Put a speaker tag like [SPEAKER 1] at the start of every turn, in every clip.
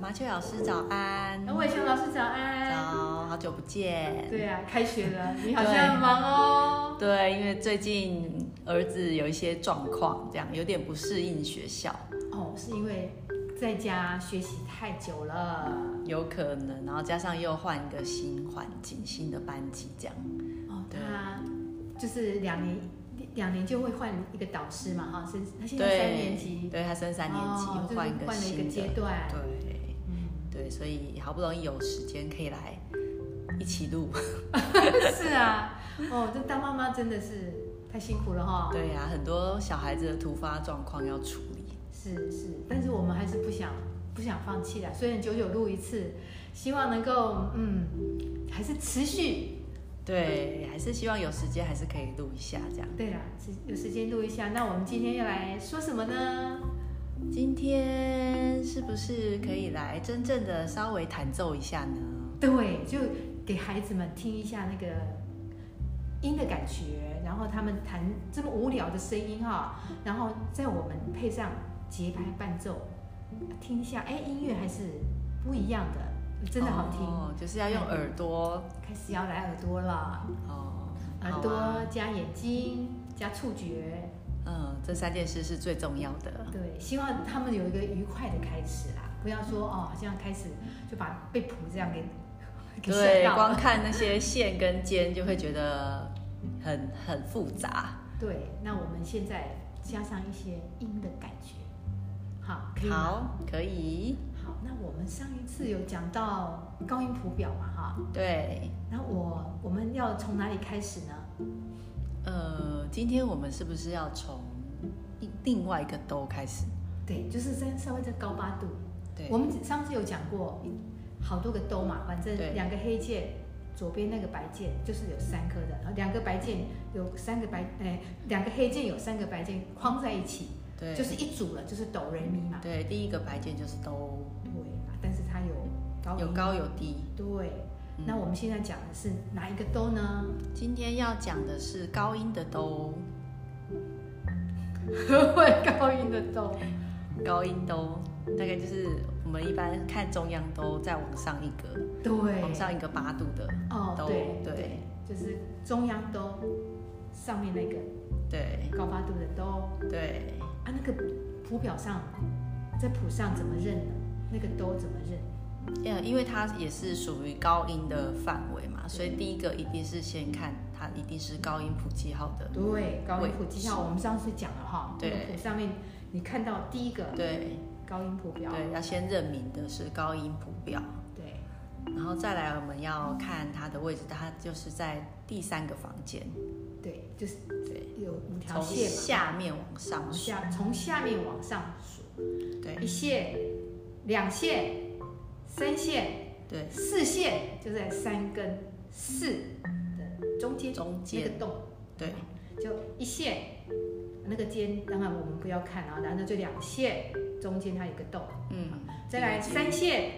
[SPEAKER 1] 麻雀老师早安，
[SPEAKER 2] 那伟翔老师早安。
[SPEAKER 1] 早，好久不见。
[SPEAKER 2] 对啊，开学了，你好像很忙哦。
[SPEAKER 1] 对，因为最近儿子有一些状况，这样有点不适应学校，
[SPEAKER 2] 哦，是因为在家学习太久了。
[SPEAKER 1] 有可能，然后加上又换一个新环境、新的班级，这样。
[SPEAKER 2] 哦，
[SPEAKER 1] 对
[SPEAKER 2] 他就是两年，两年就会换一个导师嘛，哈，是他现在三年级，
[SPEAKER 1] 对他升三年级，
[SPEAKER 2] 哦
[SPEAKER 1] 又
[SPEAKER 2] 就是
[SPEAKER 1] 换
[SPEAKER 2] 换
[SPEAKER 1] 一个
[SPEAKER 2] 了一
[SPEAKER 1] 新
[SPEAKER 2] 个
[SPEAKER 1] 的。
[SPEAKER 2] 阶段。
[SPEAKER 1] 对
[SPEAKER 2] 嗯，
[SPEAKER 1] 对，所以好不容易有时间可以来一起录。
[SPEAKER 2] 是啊，哦，这当妈妈真的是太辛苦了哈。
[SPEAKER 1] 对呀、很多小孩子的突发状况要处理。
[SPEAKER 2] 是是，但是我们还是不想不想放弃的，虽然久久录一次，希望能够嗯，还是持续
[SPEAKER 1] 对，还是希望有时间还是可以录一下这样。
[SPEAKER 2] 对啦，时有时间录一下。那我们今天要来说什么呢？
[SPEAKER 1] 今天是不是可以来真正的稍微弹奏一下呢？
[SPEAKER 2] 对，就给孩子们听一下那个音的感觉，然后他们弹这么无聊的声音哈、然后在我们配上节拍伴奏，听一下，哎，音乐还是不一样的，真的好听。
[SPEAKER 1] 哦，就是要用耳朵
[SPEAKER 2] 开始要来耳朵了，
[SPEAKER 1] 哦，
[SPEAKER 2] 耳
[SPEAKER 1] 好啊
[SPEAKER 2] 朵加眼睛加触觉，
[SPEAKER 1] 嗯，这三件事是最重要的。
[SPEAKER 2] 对，希望他们有一个愉快的开始啦，不要说哦，好像开始就把被谱这样给 给吓
[SPEAKER 1] 对，
[SPEAKER 2] 到
[SPEAKER 1] 光
[SPEAKER 2] 了。
[SPEAKER 1] 看那些线跟尖就会觉得很很复杂。
[SPEAKER 2] 对，那我们现在加上一些音的感觉，好，可以吗？
[SPEAKER 1] 好，可以。
[SPEAKER 2] 好，那我们上一次有讲到高音谱表嘛，哈，
[SPEAKER 1] 对，
[SPEAKER 2] 那我我们要从哪里开始呢？
[SPEAKER 1] 呃，今天我们是不是要从另另外一个哆开始？
[SPEAKER 2] 对，就是在稍微在高八度，
[SPEAKER 1] 对，
[SPEAKER 2] 我们上次有讲过好多个兜嘛，反正
[SPEAKER 1] 对
[SPEAKER 2] 两个黑键，左边那个白键就是有三颗的，然后两个白键有三个白，哎，两个黑键有三个白键框在一起，
[SPEAKER 1] 对，
[SPEAKER 2] 就是一组了，就是哆瑞咪嘛。
[SPEAKER 1] 对，第一个白键就是哆，
[SPEAKER 2] 对啊，但是它有高音
[SPEAKER 1] 有。高有低。
[SPEAKER 2] 对，啊
[SPEAKER 1] 嗯
[SPEAKER 2] 那我们现在讲的是哪一个哆呢？
[SPEAKER 1] 今天要讲的是高音的哆，
[SPEAKER 2] 会高音的哆。
[SPEAKER 1] 高音哆，大概就是我们一般看中央哆，再往上一格，
[SPEAKER 2] 对，
[SPEAKER 1] 往上一个八度的，
[SPEAKER 2] 哦
[SPEAKER 1] 哆，
[SPEAKER 2] 对
[SPEAKER 1] 对
[SPEAKER 2] 对，就是中央哆上面那个
[SPEAKER 1] 对
[SPEAKER 2] 高八度的哆。
[SPEAKER 1] 对，
[SPEAKER 2] 啊，那个谱表上，在谱上怎么认呢？那个哆怎么认？
[SPEAKER 1] 呃，因为它也是属于高音的范围嘛，所以第一个一定是先看它一定是高音谱记号的，
[SPEAKER 2] 对，高音
[SPEAKER 1] 位
[SPEAKER 2] 谱记
[SPEAKER 1] 置
[SPEAKER 2] 号，我们上次讲了哈，
[SPEAKER 1] 对
[SPEAKER 2] 那个谱上面你看到第一个
[SPEAKER 1] 对
[SPEAKER 2] 高音谱表，
[SPEAKER 1] 对，要先认明的是高音谱表，
[SPEAKER 2] 对，
[SPEAKER 1] 然后再来我们要看它的位置，它就是在第三个房间，
[SPEAKER 2] 对，就是
[SPEAKER 1] 对，
[SPEAKER 2] 有五条
[SPEAKER 1] 从
[SPEAKER 2] 线嘛，
[SPEAKER 1] 下面往上
[SPEAKER 2] 往
[SPEAKER 1] 数，
[SPEAKER 2] 下从下面往上数，
[SPEAKER 1] 对
[SPEAKER 2] 一线、两线、三线、
[SPEAKER 1] 对，
[SPEAKER 2] 四线，就在三跟四的中间
[SPEAKER 1] 中
[SPEAKER 2] 那
[SPEAKER 1] 间
[SPEAKER 2] 个洞。
[SPEAKER 1] 对。
[SPEAKER 2] 就一线，那个尖，当然我们不要看啊，然后就两线，中间它有个洞，
[SPEAKER 1] 嗯，
[SPEAKER 2] 再来
[SPEAKER 1] 了解
[SPEAKER 2] 三线，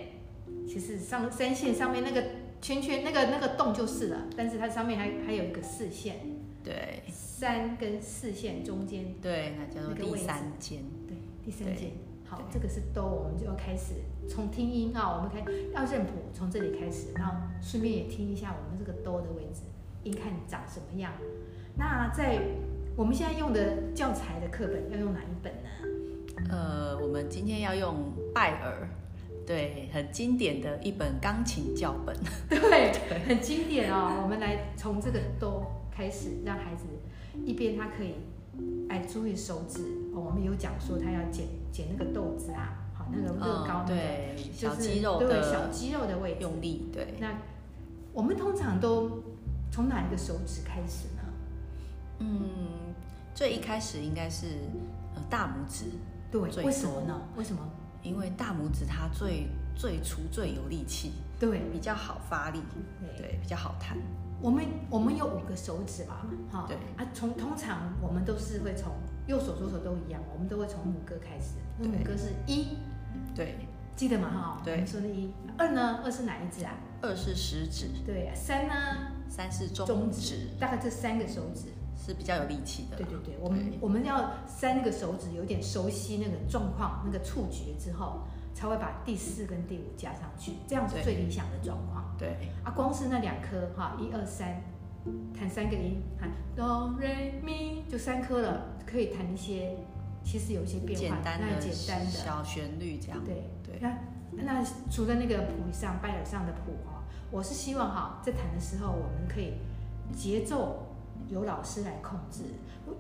[SPEAKER 2] 其实上三线上面那个圈圈那个那个洞就是了，但是它上面还还有一个四线，
[SPEAKER 1] 对
[SPEAKER 2] 三跟四线中间，
[SPEAKER 1] 对，那叫做
[SPEAKER 2] 那个位
[SPEAKER 1] 第
[SPEAKER 2] 置
[SPEAKER 1] 三间，
[SPEAKER 2] 对，第三
[SPEAKER 1] 对
[SPEAKER 2] 间。好
[SPEAKER 1] 对，
[SPEAKER 2] 这个是哆，我们就要开始从听音啊，我们开要认谱，从这里开始，然后顺便也听一下我们这个哆的位置，音看长什么样。那在我们现在用的教材的课本要用哪一 本呢？
[SPEAKER 1] 呃，我们今天要用拜耳，对，很经典的一本钢琴教本，
[SPEAKER 2] 对，很经典哦。我们来从这个哆开始，让孩子一边他可以哎注意手指，哦、我们有讲说他要剪剪那个豆子啊，好那个乐
[SPEAKER 1] 嗯、
[SPEAKER 2] 高那个、
[SPEAKER 1] 对，
[SPEAKER 2] 就
[SPEAKER 1] 小
[SPEAKER 2] 是
[SPEAKER 1] 肌肉
[SPEAKER 2] 对小
[SPEAKER 1] 的
[SPEAKER 2] 肌肉的位置。
[SPEAKER 1] 用力，对，
[SPEAKER 2] 那我们通常都从哪一个手指开始呢？
[SPEAKER 1] 嗯，最一开始应该是呃大拇指，最
[SPEAKER 2] 对，
[SPEAKER 1] 多
[SPEAKER 2] 为什么呢？为什么？
[SPEAKER 1] 因为大拇指它最最粗最有力气，
[SPEAKER 2] 对，
[SPEAKER 1] 比较好发力，
[SPEAKER 2] 对
[SPEAKER 1] 对，比较好弹，
[SPEAKER 2] 我们我们有五个手指吧，哈、
[SPEAKER 1] 对
[SPEAKER 2] 啊，从通常我们都是会从右手左手都一样，我们都会从五个开始，那
[SPEAKER 1] 对
[SPEAKER 2] 五个是一，
[SPEAKER 1] 对。
[SPEAKER 2] 记得吗？哈、
[SPEAKER 1] 对
[SPEAKER 2] 我们说的一，二呢？二是哪一只啊？
[SPEAKER 1] 二是食指，
[SPEAKER 2] 对，三呢？
[SPEAKER 1] 三是中
[SPEAKER 2] 中
[SPEAKER 1] 指，
[SPEAKER 2] 大概这三个手指，
[SPEAKER 1] 是比较有力气的啦。
[SPEAKER 2] 对对对，我们
[SPEAKER 1] 对
[SPEAKER 2] 我们要三个手指有点熟悉那个状况、那个触觉之后，才会把第四跟第五加上去，这样是
[SPEAKER 1] 对
[SPEAKER 2] 最理想的状况。
[SPEAKER 1] 对
[SPEAKER 2] 啊，光是那两颗哈，一二三，弹三个音，弹哆瑞咪，就三颗了，可以弹一些，其实有一些变
[SPEAKER 1] 简
[SPEAKER 2] 化，
[SPEAKER 1] 单
[SPEAKER 2] 那
[SPEAKER 1] 的
[SPEAKER 2] 简单的，
[SPEAKER 1] 小旋律这样。
[SPEAKER 2] 对。
[SPEAKER 1] 对
[SPEAKER 2] 那那除了那个谱以上、拜耳上的谱哦，我是希望哈，在弹的时候我们可以节奏由老师来控制。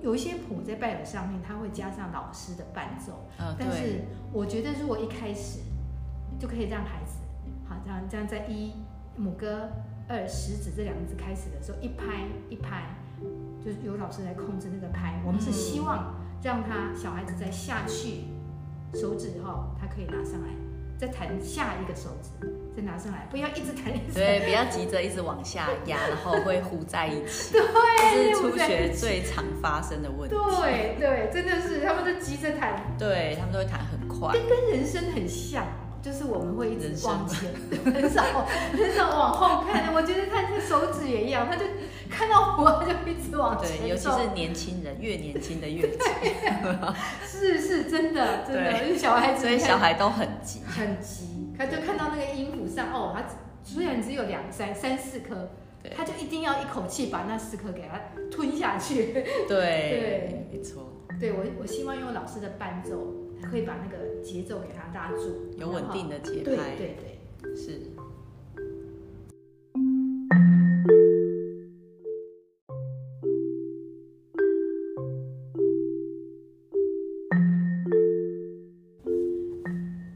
[SPEAKER 2] 有一些谱在拜耳上面，它会加上老师的伴奏，
[SPEAKER 1] 呃，
[SPEAKER 2] 但
[SPEAKER 1] 对，
[SPEAKER 2] 是我觉得如果一开始就可以让孩子好，这样这样在一拇哥、二食指这两个字开始的时候，一拍一拍，就是由老师来控制那个拍。我们是希
[SPEAKER 1] 嗯
[SPEAKER 2] 望让他小孩子在下去手指后，他可以拿上来，再弹下一个手指，再拿上来，不要一直弹一直弹。
[SPEAKER 1] 对，不要急着一直往下压，然后会糊在一起，
[SPEAKER 2] 对
[SPEAKER 1] 这是
[SPEAKER 2] 我
[SPEAKER 1] 初
[SPEAKER 2] 在
[SPEAKER 1] 学最常发生的问题。
[SPEAKER 2] 对对，真的是他们都急着弹，
[SPEAKER 1] 对他们都会弹很快，
[SPEAKER 2] 跟人生很像，哦就是我们会一
[SPEAKER 1] 人
[SPEAKER 2] 直
[SPEAKER 1] 生
[SPEAKER 2] 往前， 很少很少往后看。我觉得他的手指也一样，他就看到我就一直往前
[SPEAKER 1] 对，尤其
[SPEAKER 2] 走
[SPEAKER 1] 是年轻人，越年轻的 越急，
[SPEAKER 2] 是是真的真的，
[SPEAKER 1] 对
[SPEAKER 2] 因为小孩子
[SPEAKER 1] 所以
[SPEAKER 2] 看
[SPEAKER 1] 小孩都很急。
[SPEAKER 2] 很急，他就看到那个音符上哦，他只虽然只有两三三四颗
[SPEAKER 1] 对，
[SPEAKER 2] 他就一定要一口气把那四颗给它吞下去。
[SPEAKER 1] 对，没错，
[SPEAKER 2] 对我我希望用老师的伴奏，可以把那个节奏给它拉住，
[SPEAKER 1] 有稳定的节
[SPEAKER 2] 然后。对
[SPEAKER 1] 拍，
[SPEAKER 2] 对对。
[SPEAKER 1] 是。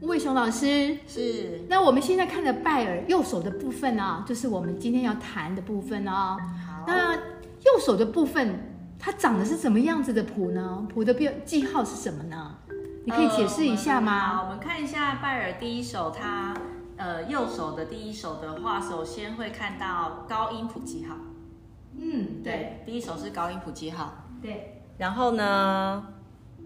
[SPEAKER 2] 吴伟雄老师，
[SPEAKER 1] 是
[SPEAKER 2] 那我们现在看的拜耳右手的部分啊，就是我们今天要弹的部分啊。
[SPEAKER 1] 好
[SPEAKER 2] 那右手的部分，它长的是什么样子的谱呢？谱的标记号是什么呢？你可以解释一下
[SPEAKER 1] 呃我
[SPEAKER 2] 吗？
[SPEAKER 1] 们好，我们看一下拜耳第一首，它呃右手的第一首的话，首先会看到高音谱记号。呃
[SPEAKER 2] 嗯，对
[SPEAKER 1] 第一首是高音谱记号，
[SPEAKER 2] 对
[SPEAKER 1] 然后呢，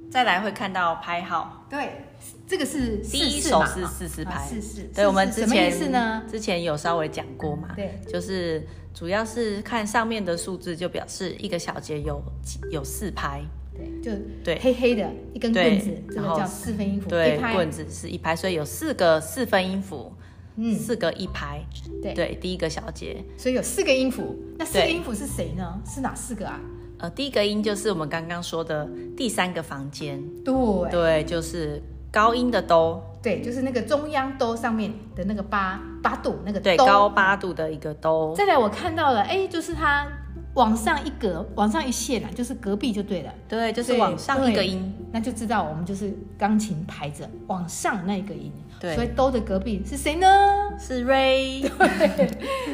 [SPEAKER 1] 再来会看到拍号，
[SPEAKER 2] 对，这个是
[SPEAKER 1] 第
[SPEAKER 2] 第
[SPEAKER 1] 一首是四四拍。
[SPEAKER 2] 四四，
[SPEAKER 1] 对，我们
[SPEAKER 2] 四四
[SPEAKER 1] 之
[SPEAKER 2] 什么
[SPEAKER 1] 前
[SPEAKER 2] 意思呢？
[SPEAKER 1] 之前有稍微讲过嘛，
[SPEAKER 2] 对，
[SPEAKER 1] 就是主要是看上面的数字，就表示一个小节有几有四拍，
[SPEAKER 2] 对，就
[SPEAKER 1] 对
[SPEAKER 2] 黑黑的一根
[SPEAKER 1] 对
[SPEAKER 2] 棍子，这个
[SPEAKER 1] 然后
[SPEAKER 2] 叫四分音符，
[SPEAKER 1] 对
[SPEAKER 2] 一，拍
[SPEAKER 1] 棍子是一拍，所以有四个四分音符，
[SPEAKER 2] 嗯，
[SPEAKER 1] 四个一拍，
[SPEAKER 2] 对
[SPEAKER 1] 对，第一个小节，
[SPEAKER 2] 所以有四个音符。那四个
[SPEAKER 1] 对
[SPEAKER 2] 音符是谁呢？是哪四个啊？
[SPEAKER 1] 呃，第一个音就是我们刚刚说的第三个房间，
[SPEAKER 2] 对
[SPEAKER 1] 对，就是高音的哆，
[SPEAKER 2] 对，就是那个中央兜上面的那个八八度那个
[SPEAKER 1] 对，
[SPEAKER 2] 兜
[SPEAKER 1] 高八度的一个哆，
[SPEAKER 2] 再来，我看到了，哎，就是它往上一格，往上一线啊，就是隔壁就对了，
[SPEAKER 1] 对，就是
[SPEAKER 2] 对
[SPEAKER 1] 往上一个
[SPEAKER 2] 对
[SPEAKER 1] 音，
[SPEAKER 2] 那就知道我们就是钢琴排着往上那一个音。
[SPEAKER 1] 对
[SPEAKER 2] 所以兜的隔壁是谁呢？
[SPEAKER 1] 是 re，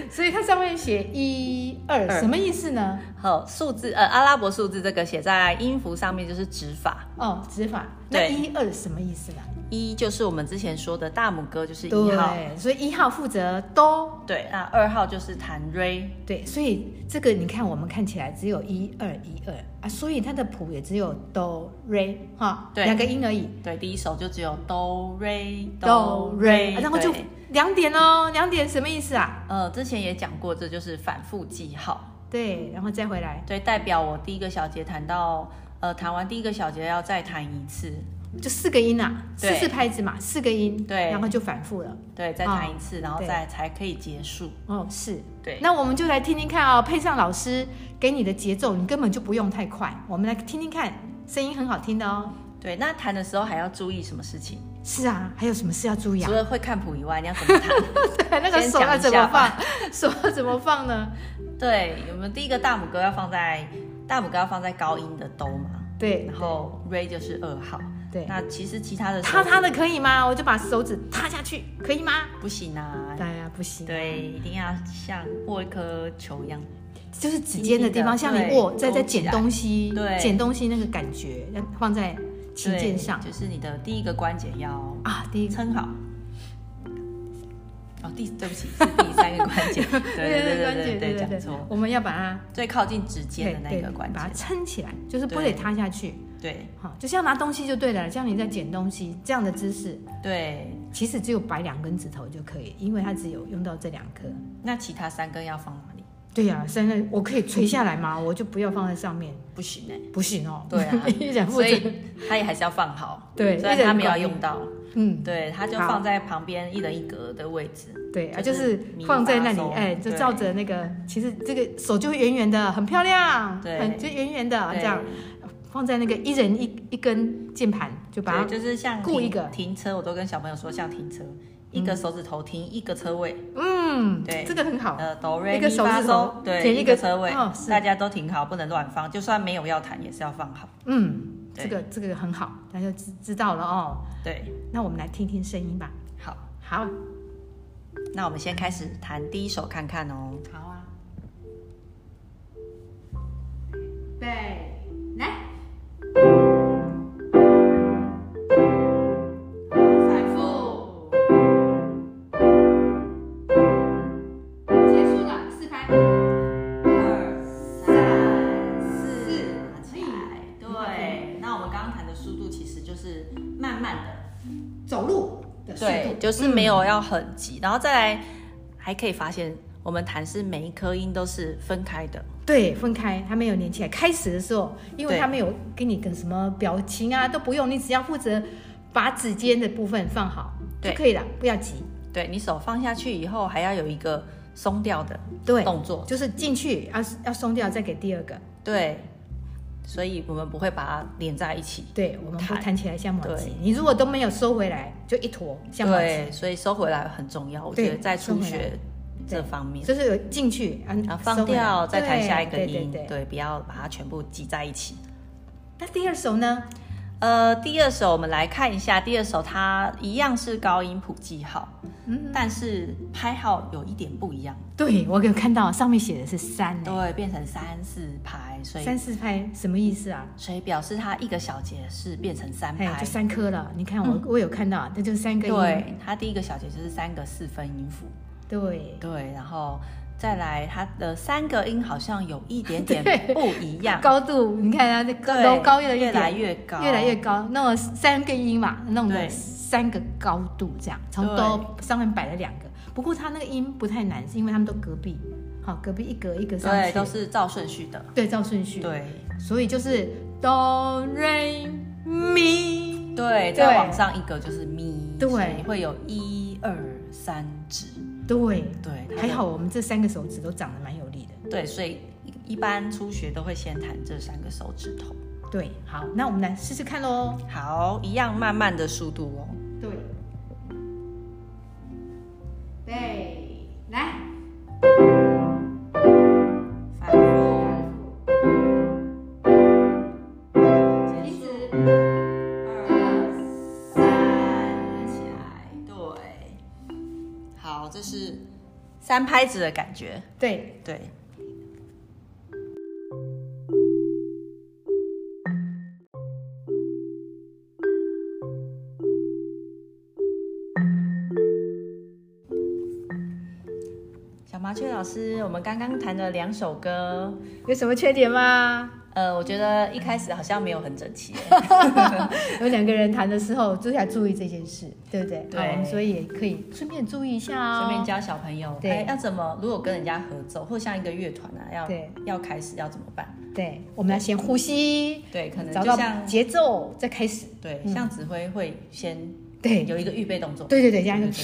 [SPEAKER 2] 所以它上面写一二，
[SPEAKER 1] 二
[SPEAKER 2] 什么意思呢？
[SPEAKER 1] 好，数字呃阿拉伯数字这个写在音符上面就是指法，
[SPEAKER 2] 哦，指法。那
[SPEAKER 1] 对
[SPEAKER 2] 一二什么意思呢？
[SPEAKER 1] 一就是我们之前说的大拇哥就是一号，
[SPEAKER 2] 对，所以一号负责兜，
[SPEAKER 1] 对，那二号就是弹 re，
[SPEAKER 2] 对，所以这个你看，我们看起来只有一二一二啊，所以它的谱也只有哆瑞哈，
[SPEAKER 1] 对
[SPEAKER 2] 两个音而已，
[SPEAKER 1] 对，第一首就只有哆 re
[SPEAKER 2] 哆瑞，啊然后就
[SPEAKER 1] 对
[SPEAKER 2] 两点哦，两点什么意思啊？
[SPEAKER 1] 呃之前也讲过，这就是反复记号，
[SPEAKER 2] 对，然后再回来
[SPEAKER 1] 对，代表我第一个小节弹到呃弹完第一个小节要再弹一次，
[SPEAKER 2] 就四个音啊，四
[SPEAKER 1] 对
[SPEAKER 2] 四拍子嘛，四个音，
[SPEAKER 1] 对
[SPEAKER 2] 然后就反复了。
[SPEAKER 1] 对，再弹一次，然后
[SPEAKER 2] 啊对
[SPEAKER 1] 再才可以结束，
[SPEAKER 2] 哦，是，
[SPEAKER 1] 对，
[SPEAKER 2] 那我们就来听听看哦，配上老师给你的节奏，你根本就不用太快，我们来听听看，声音很好听的哦。
[SPEAKER 1] 对，那弹的时候还要注意什么事情？
[SPEAKER 2] 是啊，还有什么事要注意啊
[SPEAKER 1] 除？了会看谱以外，你要怎么弹？
[SPEAKER 2] 对，那个
[SPEAKER 1] 先
[SPEAKER 2] 手
[SPEAKER 1] 讲
[SPEAKER 2] 要
[SPEAKER 1] 一
[SPEAKER 2] 怎么
[SPEAKER 1] 下
[SPEAKER 2] 放
[SPEAKER 1] 吧？
[SPEAKER 2] 手要怎么放呢？
[SPEAKER 1] 对，我们第一个大拇哥要放在大拇哥要放在高音的哆嘛，
[SPEAKER 2] 对，
[SPEAKER 1] 然后 re 就是二号。
[SPEAKER 2] 对，
[SPEAKER 1] 那其实其他的手
[SPEAKER 2] 踏他的可以吗？我就把手指踏下去，可以吗？
[SPEAKER 1] 不行啊，
[SPEAKER 2] 当然不行，，
[SPEAKER 1] 对，一定要像握一颗球一样。
[SPEAKER 2] 就是指尖的地方，
[SPEAKER 1] 轻
[SPEAKER 2] 像
[SPEAKER 1] 轻地
[SPEAKER 2] 你握，
[SPEAKER 1] 对
[SPEAKER 2] 再再捡东西，
[SPEAKER 1] 对
[SPEAKER 2] 捡东西那个感觉，要放在琴
[SPEAKER 1] 对
[SPEAKER 2] 键上
[SPEAKER 1] 就是你的第一个关节要
[SPEAKER 2] 啊。第一个，
[SPEAKER 1] 撑好。哦，第对不起，是第三个关 节。对对对对对，讲错，
[SPEAKER 2] 我们要把它
[SPEAKER 1] 最靠近指尖
[SPEAKER 2] 对
[SPEAKER 1] 的那
[SPEAKER 2] 对
[SPEAKER 1] 个关
[SPEAKER 2] 把它
[SPEAKER 1] 节。
[SPEAKER 2] 撑起来，就是不
[SPEAKER 1] 对
[SPEAKER 2] 得塌下去。
[SPEAKER 1] 对
[SPEAKER 2] 好，就像拿东西就对了，像你在捡东西这样的姿势，
[SPEAKER 1] 对，
[SPEAKER 2] 其实只有摆两根指头就可以，因为它只有用到这两颗，
[SPEAKER 1] 那其他三根要放哪里？
[SPEAKER 2] 对呀、三个我可以垂下来吗？我就不要放在上面，
[SPEAKER 1] 不行哎、
[SPEAKER 2] 不行哦。
[SPEAKER 1] 对啊
[SPEAKER 2] 一人负
[SPEAKER 1] 所
[SPEAKER 2] 责。
[SPEAKER 1] 以它也还是要放好，
[SPEAKER 2] 对，
[SPEAKER 1] 虽
[SPEAKER 2] 一
[SPEAKER 1] 然它
[SPEAKER 2] 人
[SPEAKER 1] 没有
[SPEAKER 2] 管
[SPEAKER 1] 用到，
[SPEAKER 2] 嗯，
[SPEAKER 1] 对，它就
[SPEAKER 2] 好
[SPEAKER 1] 放在旁边一人一格的位置，
[SPEAKER 2] 对啊，就
[SPEAKER 1] 就是是米
[SPEAKER 2] 放在那里，
[SPEAKER 1] 发松
[SPEAKER 2] 哎，就
[SPEAKER 1] 对
[SPEAKER 2] 照着那个，其实这个手就会圆圆的，很漂亮，
[SPEAKER 1] 对
[SPEAKER 2] 很就圆圆的
[SPEAKER 1] 对
[SPEAKER 2] 这样，放在那个一人一一根键盘，就把它，
[SPEAKER 1] 对，就是像
[SPEAKER 2] 雇一
[SPEAKER 1] 停
[SPEAKER 2] 个
[SPEAKER 1] 停车，我都跟小朋友说像停车，一个手指头停一个车位，
[SPEAKER 2] 嗯，
[SPEAKER 1] 对
[SPEAKER 2] 这个很好，
[SPEAKER 1] 呃，哆瑞
[SPEAKER 2] 一个
[SPEAKER 1] 咪
[SPEAKER 2] 手指
[SPEAKER 1] 发
[SPEAKER 2] 头
[SPEAKER 1] 嗦，对，
[SPEAKER 2] 停一
[SPEAKER 1] 一
[SPEAKER 2] 个
[SPEAKER 1] 个车位
[SPEAKER 2] 哦，是
[SPEAKER 1] 大家都停好，不能乱放，就算没有要谈也是要放好，
[SPEAKER 2] 嗯，
[SPEAKER 1] 对
[SPEAKER 2] 这个这个很好，大家就知知道了哦。
[SPEAKER 1] 对，
[SPEAKER 2] 那我们来听听声音吧。
[SPEAKER 1] 好，
[SPEAKER 2] 好，
[SPEAKER 1] 那我们先开始弹第一首看看哦。
[SPEAKER 2] 好啊。对，来，
[SPEAKER 1] 反复
[SPEAKER 2] 哦，结束了，四拍。
[SPEAKER 1] 二三四，拿起来。对，那我们刚刚弹的速度其实就是慢慢的，
[SPEAKER 2] 走路的速
[SPEAKER 1] 对，
[SPEAKER 2] 度，
[SPEAKER 1] 就是没有要很急，然后再来还可以发现我们弹是每一颗音都是分开的，
[SPEAKER 2] 对，分开，它没有连起来。开始的时候，因
[SPEAKER 1] 嗯
[SPEAKER 2] 为
[SPEAKER 1] 对
[SPEAKER 2] 它没有给你个什么表情啊，都不用，你只要负责把指尖的部分放好就
[SPEAKER 1] 对
[SPEAKER 2] 可以了，不要急。
[SPEAKER 1] 对你手放下去以后还要有一个松掉的
[SPEAKER 2] 对，
[SPEAKER 1] 动作，
[SPEAKER 2] 就是进去要要松掉，再给第二个。
[SPEAKER 1] 对，所以我们不会把它连在一起。
[SPEAKER 2] 对，我们会
[SPEAKER 1] 弹
[SPEAKER 2] 弹起来像毛巾
[SPEAKER 1] 对。
[SPEAKER 2] 你如果都没有收回来，就一坨像毛巾。
[SPEAKER 1] 对，所以收回来很重要。我
[SPEAKER 2] 对
[SPEAKER 1] 觉得在初
[SPEAKER 2] 收回
[SPEAKER 1] 学这方面，
[SPEAKER 2] 就是有进去啊
[SPEAKER 1] 然后，放
[SPEAKER 2] 收回来
[SPEAKER 1] 掉再弹下一个
[SPEAKER 2] 对
[SPEAKER 1] 音，
[SPEAKER 2] 对对对。
[SPEAKER 1] 对，不要把它全部挤在一起。
[SPEAKER 2] 那第二首呢？
[SPEAKER 1] 呃，第二首我们来看一下，第二首它一样是高音谱记号，
[SPEAKER 2] 嗯，
[SPEAKER 1] 但是拍号有一点不一样，
[SPEAKER 2] 对我有看到上面写的是三呢，
[SPEAKER 1] 对，变成三四拍，所以
[SPEAKER 2] 哎三四拍什么意思啊？
[SPEAKER 1] 所以表示它一个小节是变成三
[SPEAKER 2] 哎，
[SPEAKER 1] 拍
[SPEAKER 2] 就。三颗了。你看我、我有看到，那就是三个音。
[SPEAKER 1] 嗯对，它第一个小节就是三个四分音符，
[SPEAKER 2] 对
[SPEAKER 1] 对，然后再来它的三个音好像有一点
[SPEAKER 2] 对
[SPEAKER 1] 点不一样，
[SPEAKER 2] 高度你看它
[SPEAKER 1] 对
[SPEAKER 2] 这楼高越来
[SPEAKER 1] 越
[SPEAKER 2] 越
[SPEAKER 1] 来
[SPEAKER 2] 点
[SPEAKER 1] 越高，
[SPEAKER 2] 越来越高，弄了三个音嘛，弄了
[SPEAKER 1] 对
[SPEAKER 2] 三个高度这样，从
[SPEAKER 1] 对
[SPEAKER 2] 都上面摆了两个。不过它那个音不太难，是因为他们都隔壁，好隔壁一格一格上去，
[SPEAKER 1] 对，都是照顺序的，
[SPEAKER 2] 对照顺序，
[SPEAKER 1] 对
[SPEAKER 2] 所以就是哆瑞咪，
[SPEAKER 1] 对，再往上一个就是咪，
[SPEAKER 2] 对
[SPEAKER 1] 所以会有一二三指，
[SPEAKER 2] 对，
[SPEAKER 1] 对，它
[SPEAKER 2] 还
[SPEAKER 1] 就
[SPEAKER 2] 好我们这三个手指都长得蛮有力的。
[SPEAKER 1] 对，所以一般初学都会先弹这三个手指头。
[SPEAKER 2] 对，好，那我们来试试看喽。
[SPEAKER 1] 好，一样慢慢的速度哦。
[SPEAKER 2] 对，对，来，
[SPEAKER 1] 反复，
[SPEAKER 2] 一直
[SPEAKER 1] 二三，起来，对。好，这是三拍子的感觉，
[SPEAKER 2] 对，
[SPEAKER 1] 对。小麻雀老师，我们刚刚弹了两首歌，
[SPEAKER 2] 有什么缺点吗？
[SPEAKER 1] 呃，我觉得一开始好像没有很整 齐。
[SPEAKER 2] 有两个人谈的时候，就要注意这件事，对不对？
[SPEAKER 1] 对
[SPEAKER 2] 好我们所以也可以顺便注意一下哦。
[SPEAKER 1] 顺便教小朋友，
[SPEAKER 2] 对
[SPEAKER 1] 哎，要怎么？如果跟人家合奏，或像一个乐团啊，要
[SPEAKER 2] 对
[SPEAKER 1] 要开始要怎么办？
[SPEAKER 2] 对，我们要先呼吸，
[SPEAKER 1] 对，可能
[SPEAKER 2] 找
[SPEAKER 1] 就
[SPEAKER 2] 到
[SPEAKER 1] 像
[SPEAKER 2] 节奏再开始。
[SPEAKER 1] 对，
[SPEAKER 2] 嗯
[SPEAKER 1] 像指挥会先
[SPEAKER 2] 对，
[SPEAKER 1] 有一个预备动作，
[SPEAKER 2] 对对对，这样
[SPEAKER 1] 对
[SPEAKER 2] 就
[SPEAKER 1] 对对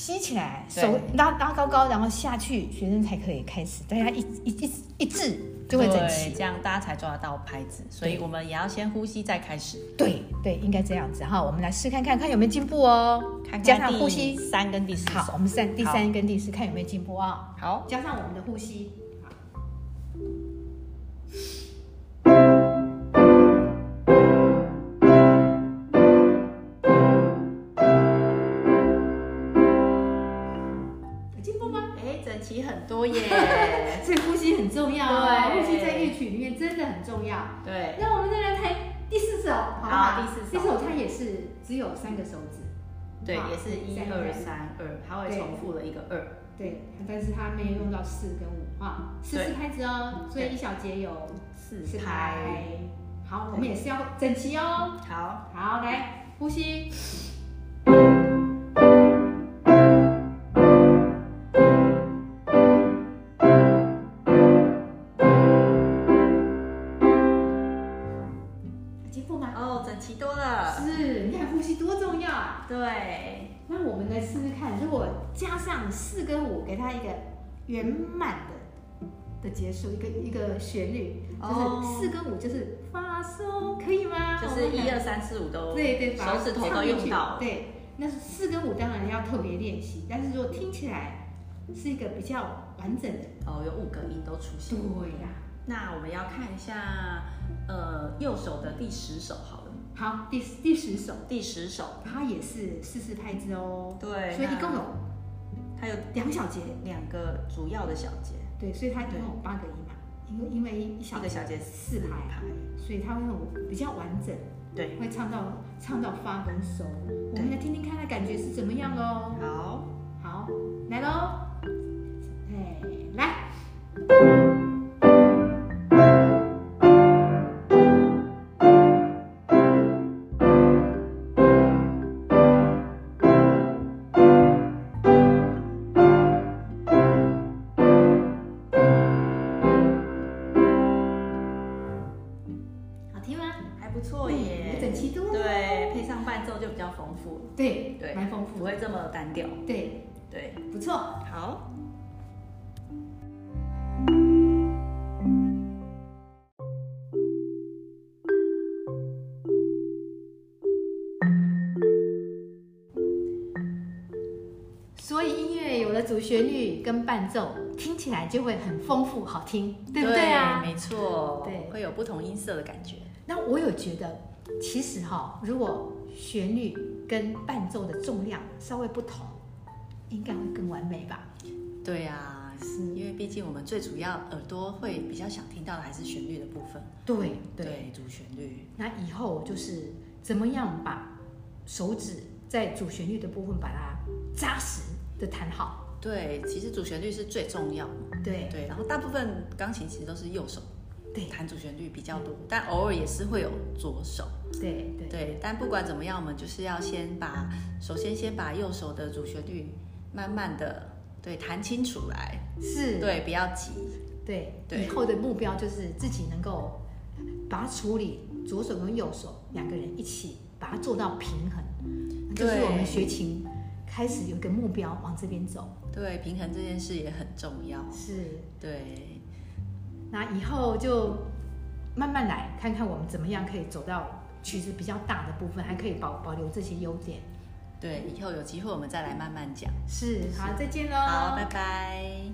[SPEAKER 2] 吸起来，
[SPEAKER 1] 对
[SPEAKER 2] 手拉拉高高，然后下去，学生才可以开始。大家一一一一致就会整齐
[SPEAKER 1] 对。这样大家才抓得到拍子。所以我们也要先呼吸再开始，
[SPEAKER 2] 对对，应该这样子哈。我们来试看看，看有没有进步哦。
[SPEAKER 1] 看看
[SPEAKER 2] 加上
[SPEAKER 1] 第
[SPEAKER 2] 呼吸，
[SPEAKER 1] 三跟第四
[SPEAKER 2] 好，我
[SPEAKER 1] 首。
[SPEAKER 2] 们三第
[SPEAKER 1] 好
[SPEAKER 2] 三跟第四看有没有进步啊、
[SPEAKER 1] 好，
[SPEAKER 2] 加上我们的呼吸。好有进步吗？
[SPEAKER 1] 哎，整齐很多耶。
[SPEAKER 2] 所以呼吸很重要哦，
[SPEAKER 1] 对
[SPEAKER 2] 呼吸在乐曲里面真的很重要。
[SPEAKER 1] 对，
[SPEAKER 2] 那我们再来弹第四首，好不好？
[SPEAKER 1] 好第四首
[SPEAKER 2] 第四首它也是只有三个手指，
[SPEAKER 1] 对，
[SPEAKER 2] 好
[SPEAKER 1] 也是一
[SPEAKER 2] 三
[SPEAKER 1] 二
[SPEAKER 2] 个
[SPEAKER 1] 三二，它会
[SPEAKER 2] 对
[SPEAKER 1] 重复了一个二，
[SPEAKER 2] 对，但是它没有用到四跟五啊，四
[SPEAKER 1] 对嗯
[SPEAKER 2] 四拍子哦，所以
[SPEAKER 1] 对
[SPEAKER 2] 一小节有
[SPEAKER 1] 四
[SPEAKER 2] 四
[SPEAKER 1] 拍。。
[SPEAKER 2] 好，
[SPEAKER 1] 对
[SPEAKER 2] 我们也是要整齐哦。
[SPEAKER 1] 好。
[SPEAKER 2] 好，来呼吸。
[SPEAKER 1] 哦
[SPEAKER 2] 吧？
[SPEAKER 1] 对，
[SPEAKER 2] 那我们来试试看，如果加上四跟五，给它一个圆满的的结束，一个一个旋律，就是四跟五就是发松，可以吗？
[SPEAKER 1] 哦就是一
[SPEAKER 2] 我
[SPEAKER 1] 二
[SPEAKER 2] 们
[SPEAKER 1] 三四五都
[SPEAKER 2] 对对，把它
[SPEAKER 1] 手指头都
[SPEAKER 2] 唱进
[SPEAKER 1] 用
[SPEAKER 2] 去
[SPEAKER 1] 到了，
[SPEAKER 2] 对，那是四跟五当然要特别练习，但是如果听起来是一个比较完整的，
[SPEAKER 1] 哦，有五个音都出现。
[SPEAKER 2] 对呀、
[SPEAKER 1] 那我们要看一下，呃，右手的第十首好了，
[SPEAKER 2] 好，第十第十首，
[SPEAKER 1] 第十首，
[SPEAKER 2] 它也是四四拍子哦，
[SPEAKER 1] 对，
[SPEAKER 2] 所以
[SPEAKER 1] 那
[SPEAKER 2] 一共有
[SPEAKER 1] 它有
[SPEAKER 2] 两小节，
[SPEAKER 1] 两个主要的小节，
[SPEAKER 2] 对，所以它一共有八个音嘛，因为因为一小
[SPEAKER 1] 一个小节
[SPEAKER 2] 四拍啊
[SPEAKER 1] 排，
[SPEAKER 2] 所以它会有比较完整，
[SPEAKER 1] 对，
[SPEAKER 2] 会唱到唱到发跟收。我们来听听看它感觉是怎么样
[SPEAKER 1] 哦
[SPEAKER 2] 喽。
[SPEAKER 1] 好，
[SPEAKER 2] 好，来喽，哎，来，好听吗？
[SPEAKER 1] 还不错
[SPEAKER 2] 嗯有整
[SPEAKER 1] 耶，
[SPEAKER 2] 齐度，
[SPEAKER 1] 对，配上伴奏就比较丰富，
[SPEAKER 2] 对
[SPEAKER 1] 对
[SPEAKER 2] 蛮丰
[SPEAKER 1] 不
[SPEAKER 2] 富，
[SPEAKER 1] 会这么单调，
[SPEAKER 2] 对，
[SPEAKER 1] 对，
[SPEAKER 2] 不错。
[SPEAKER 1] 好。
[SPEAKER 2] 所以音乐有了主旋律跟伴奏，听起来就会很丰富好听，对不对啊？
[SPEAKER 1] 没错，
[SPEAKER 2] 对
[SPEAKER 1] 会有不同音色的感觉。
[SPEAKER 2] 那我有觉得，其实哈、如果旋律跟伴奏的重量稍微不同，应该会更完美吧？
[SPEAKER 1] 对啊，
[SPEAKER 2] 是
[SPEAKER 1] 因为毕竟我们最主要耳朵会比较想听到的还是旋律的部分，
[SPEAKER 2] 对对。
[SPEAKER 1] 对，主旋律。
[SPEAKER 2] 那以后就是怎么样把手指在主旋律的部分把它扎实的弹好，
[SPEAKER 1] 对，其实主旋律是最重要的。
[SPEAKER 2] 对
[SPEAKER 1] 对，然后大部分钢琴其实都是右手
[SPEAKER 2] 对
[SPEAKER 1] 弹主旋律比较多，但偶尔也是会有左手。
[SPEAKER 2] 对对
[SPEAKER 1] 对，但不管怎么样，我们就是要先把，首先先把右手的主旋律慢慢的对弹清楚来，
[SPEAKER 2] 是，
[SPEAKER 1] 对，不要急。
[SPEAKER 2] 对，
[SPEAKER 1] 对
[SPEAKER 2] 以后的目标就是自己能够把它处理左手跟右手两个人一起把它做到平衡，那就是
[SPEAKER 1] 对
[SPEAKER 2] 我们学琴开始有一个目标往这边走。
[SPEAKER 1] 对，平衡这件事也很重要。
[SPEAKER 2] 是，
[SPEAKER 1] 对，
[SPEAKER 2] 那以后就慢慢来看看我们怎么样可以走到曲子比较大的部分，还可以保保留这些优点。
[SPEAKER 1] 对，以后有机会我们再来慢慢讲。
[SPEAKER 2] 是，好，再见喽。
[SPEAKER 1] 好，拜拜。